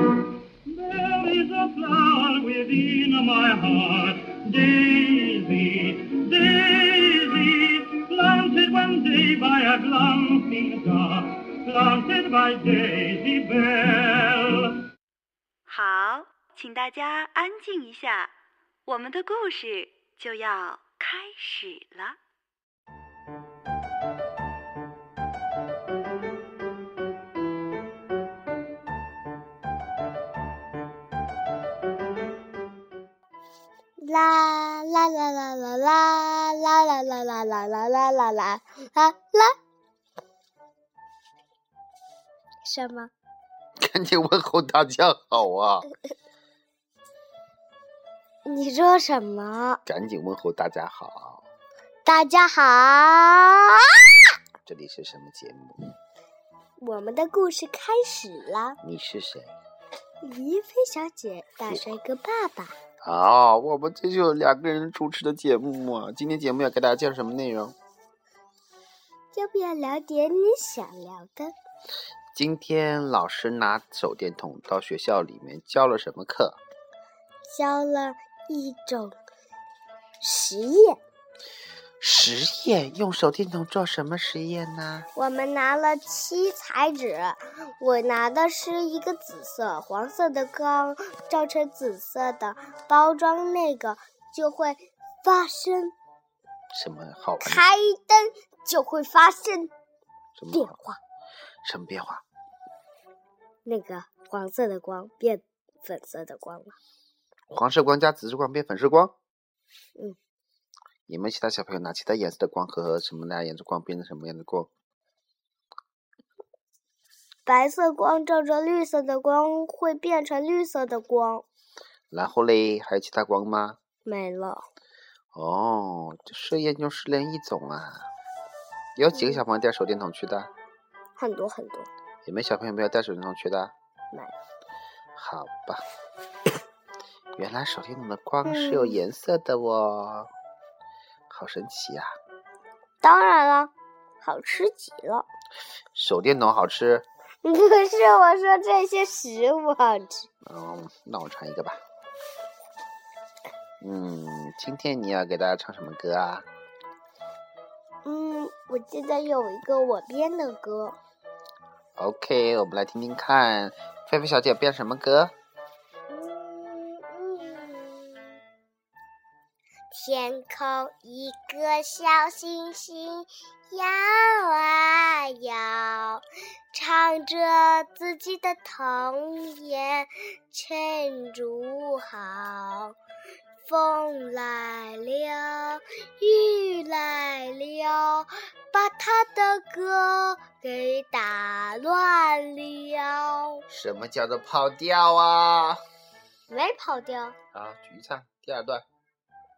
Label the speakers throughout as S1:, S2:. S1: There is a flower within my heart, Daisy, Daisy, planted one day by a glancing star, planted by Daisy Bell.
S2: 好，请大家安静一下，我们的故事就要开始了。
S3: 啦啦啦啦啦啦啦啦啦啦啦啦啦啦啦啦啦。什么？
S4: 赶紧问候大家好啊！
S3: 你说什么？
S4: 赶紧问候大家好！
S3: 大家好，
S4: 这里是什么节目？
S3: 我们的故事开始了。
S4: 你是谁？
S3: 黎飞小姐，大帅哥爸爸，
S4: 啊、我们这就有两个人主持的节目啊！今天节目要给大家介绍什么内容？
S3: 要不要聊点你想聊的？
S4: 今天老师拿手电筒到学校里面教了什么课？
S3: 教了一种实验，
S4: 实验，用手电筒做什么实验呢？
S3: 我们拿了七彩纸，我拿的是一个紫色、黄色的缸，照成紫色的包装，那个就会发生
S4: 什么好玩的？
S3: 开灯，就会发生
S4: 什
S3: 变
S4: 么好
S3: 化。
S4: 什么变化？
S3: 那个黄色的光变粉色的光了。
S4: 黄色光加紫色光变粉色光？
S3: 嗯。
S4: 你们其他小朋友拿其他颜色的光和什么那颜色光变成什么样的光？
S3: 白色光照着绿色的光会变成绿色的光，
S4: 然后嘞，还有其他光吗？
S3: 没了。
S4: 哦，这实验就是练一种啊。有几个小朋友带手电筒去的？
S3: 很多很多，
S4: 有没有小朋友没有带手电筒去的？
S3: 没有。
S4: 好吧。原来手电筒的光是有
S3: 嗯
S4: 颜色的哦，好神奇啊呀、
S3: 当然了，好吃极了。
S4: 手电筒好吃，
S3: 不是我说这些食物好吃，
S4: 嗯，那我唱一个吧。嗯，今天你要给大家唱什么歌啊？
S3: 嗯，我记得有一个我编的歌，
S4: OK，我们来听听看，菲菲小姐编什么歌？
S3: 嗯嗯，天空一个小星星摇啊摇，唱着自己的童言，趁竹好。风来了，雨来了，把他的歌给打乱了，
S4: 什么叫做跑调啊？
S3: 没跑调，
S4: 啊，举一唱第二段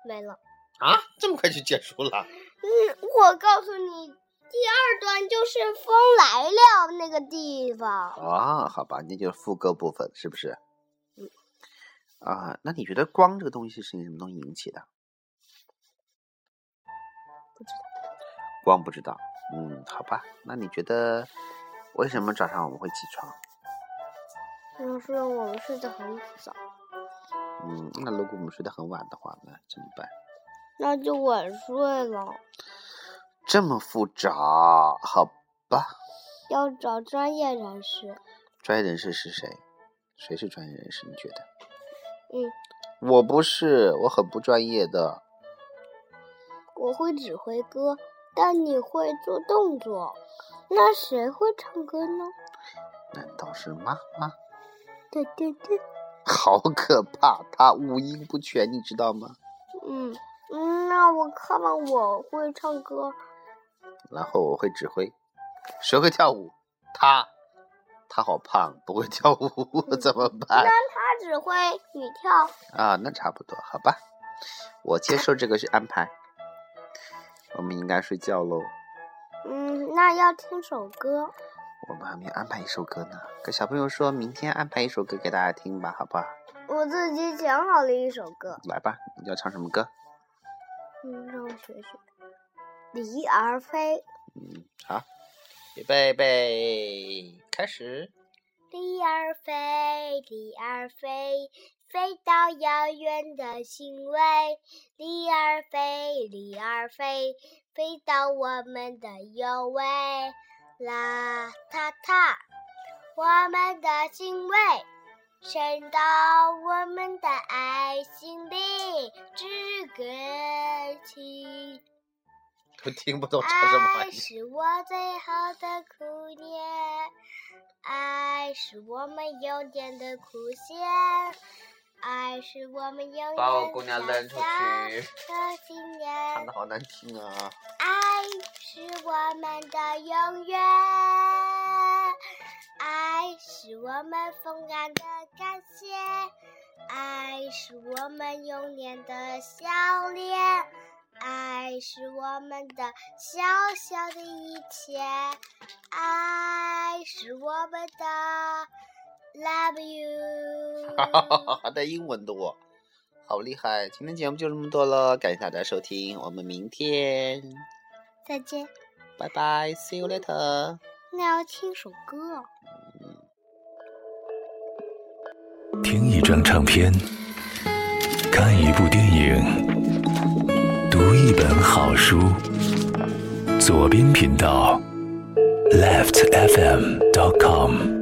S3: 没了。
S4: 啊，这么快就结束了？
S3: 嗯，我告诉你，第二段就是风来了那个地方。
S4: 啊，好吧，那就是副歌部分，是不是？
S3: 嗯
S4: 啊，那你觉得光这个东西是什么东西引起的？
S3: 不知
S4: 道。光不知道。嗯，好吧，那你觉得为什么早上我们会起床？
S3: 要是我们睡得很早，
S4: 嗯，那如果我们睡得很晚的话，那怎么办？
S3: 那就晚睡了。
S4: 这么复杂，好吧。
S3: 要找专业人士，
S4: 专业人士是谁？谁是专业人士？你觉得？
S3: 嗯，
S4: 我不是，我很不专业的。
S3: 我会指挥歌，但你会做动作，那谁会唱歌呢？
S4: 难道是妈妈？
S3: 对对对，
S4: 好可怕，她五音不全，你知道吗？
S3: 嗯嗯，那我看看我会唱歌，
S4: 然后我会指挥，谁会跳舞？她，她好胖，不会跳舞，怎么
S3: 他
S4: 办？
S3: 只会你跳。
S4: 啊，那差不多，好吧，我接受这个是安排。我们应该睡觉喽，
S3: 嗯，那要听首歌。
S4: 我们还没有安排一首歌呢，跟小朋友说明天安排一首歌给大家听吧，好不好？
S3: 我自己想好了一首歌，
S4: 来吧，你要唱什么歌？
S3: 嗯，让我学学。《离而飞》
S4: 嗯，好，预备备，开始。
S3: 梨儿飞，梨儿飞，飞到遥远的星way。梨儿飞，梨儿飞，飞到我们的腰围。啦嗒嗒，我们的星位伸到我们的爱心里，知根起。
S4: 都 听不懂唱什么玩
S3: 爱
S4: 意。
S3: 啊是我最好的苦恋，爱是我们永远的苦线，爱是我们永远
S4: 把我姑娘扔出
S3: 想
S4: 去，
S3: 象的信
S4: 唱
S3: 念
S4: 的，好难听啊！
S3: 爱是我们的永远，爱是我们风干的感谢，爱是我们永远的笑脸，爱是我们的小小的一切，爱是我们的 love you
S4: 哈。哈哈哈，带英文的我，好厉害！今天节目就这么多了，感谢大家收听，我们明天
S3: 再见。
S4: 拜拜，see you later。
S3: 那要听首歌。哦
S5: 听一张唱片，看一部电影，读一本好书。左边频道，left fm dot com。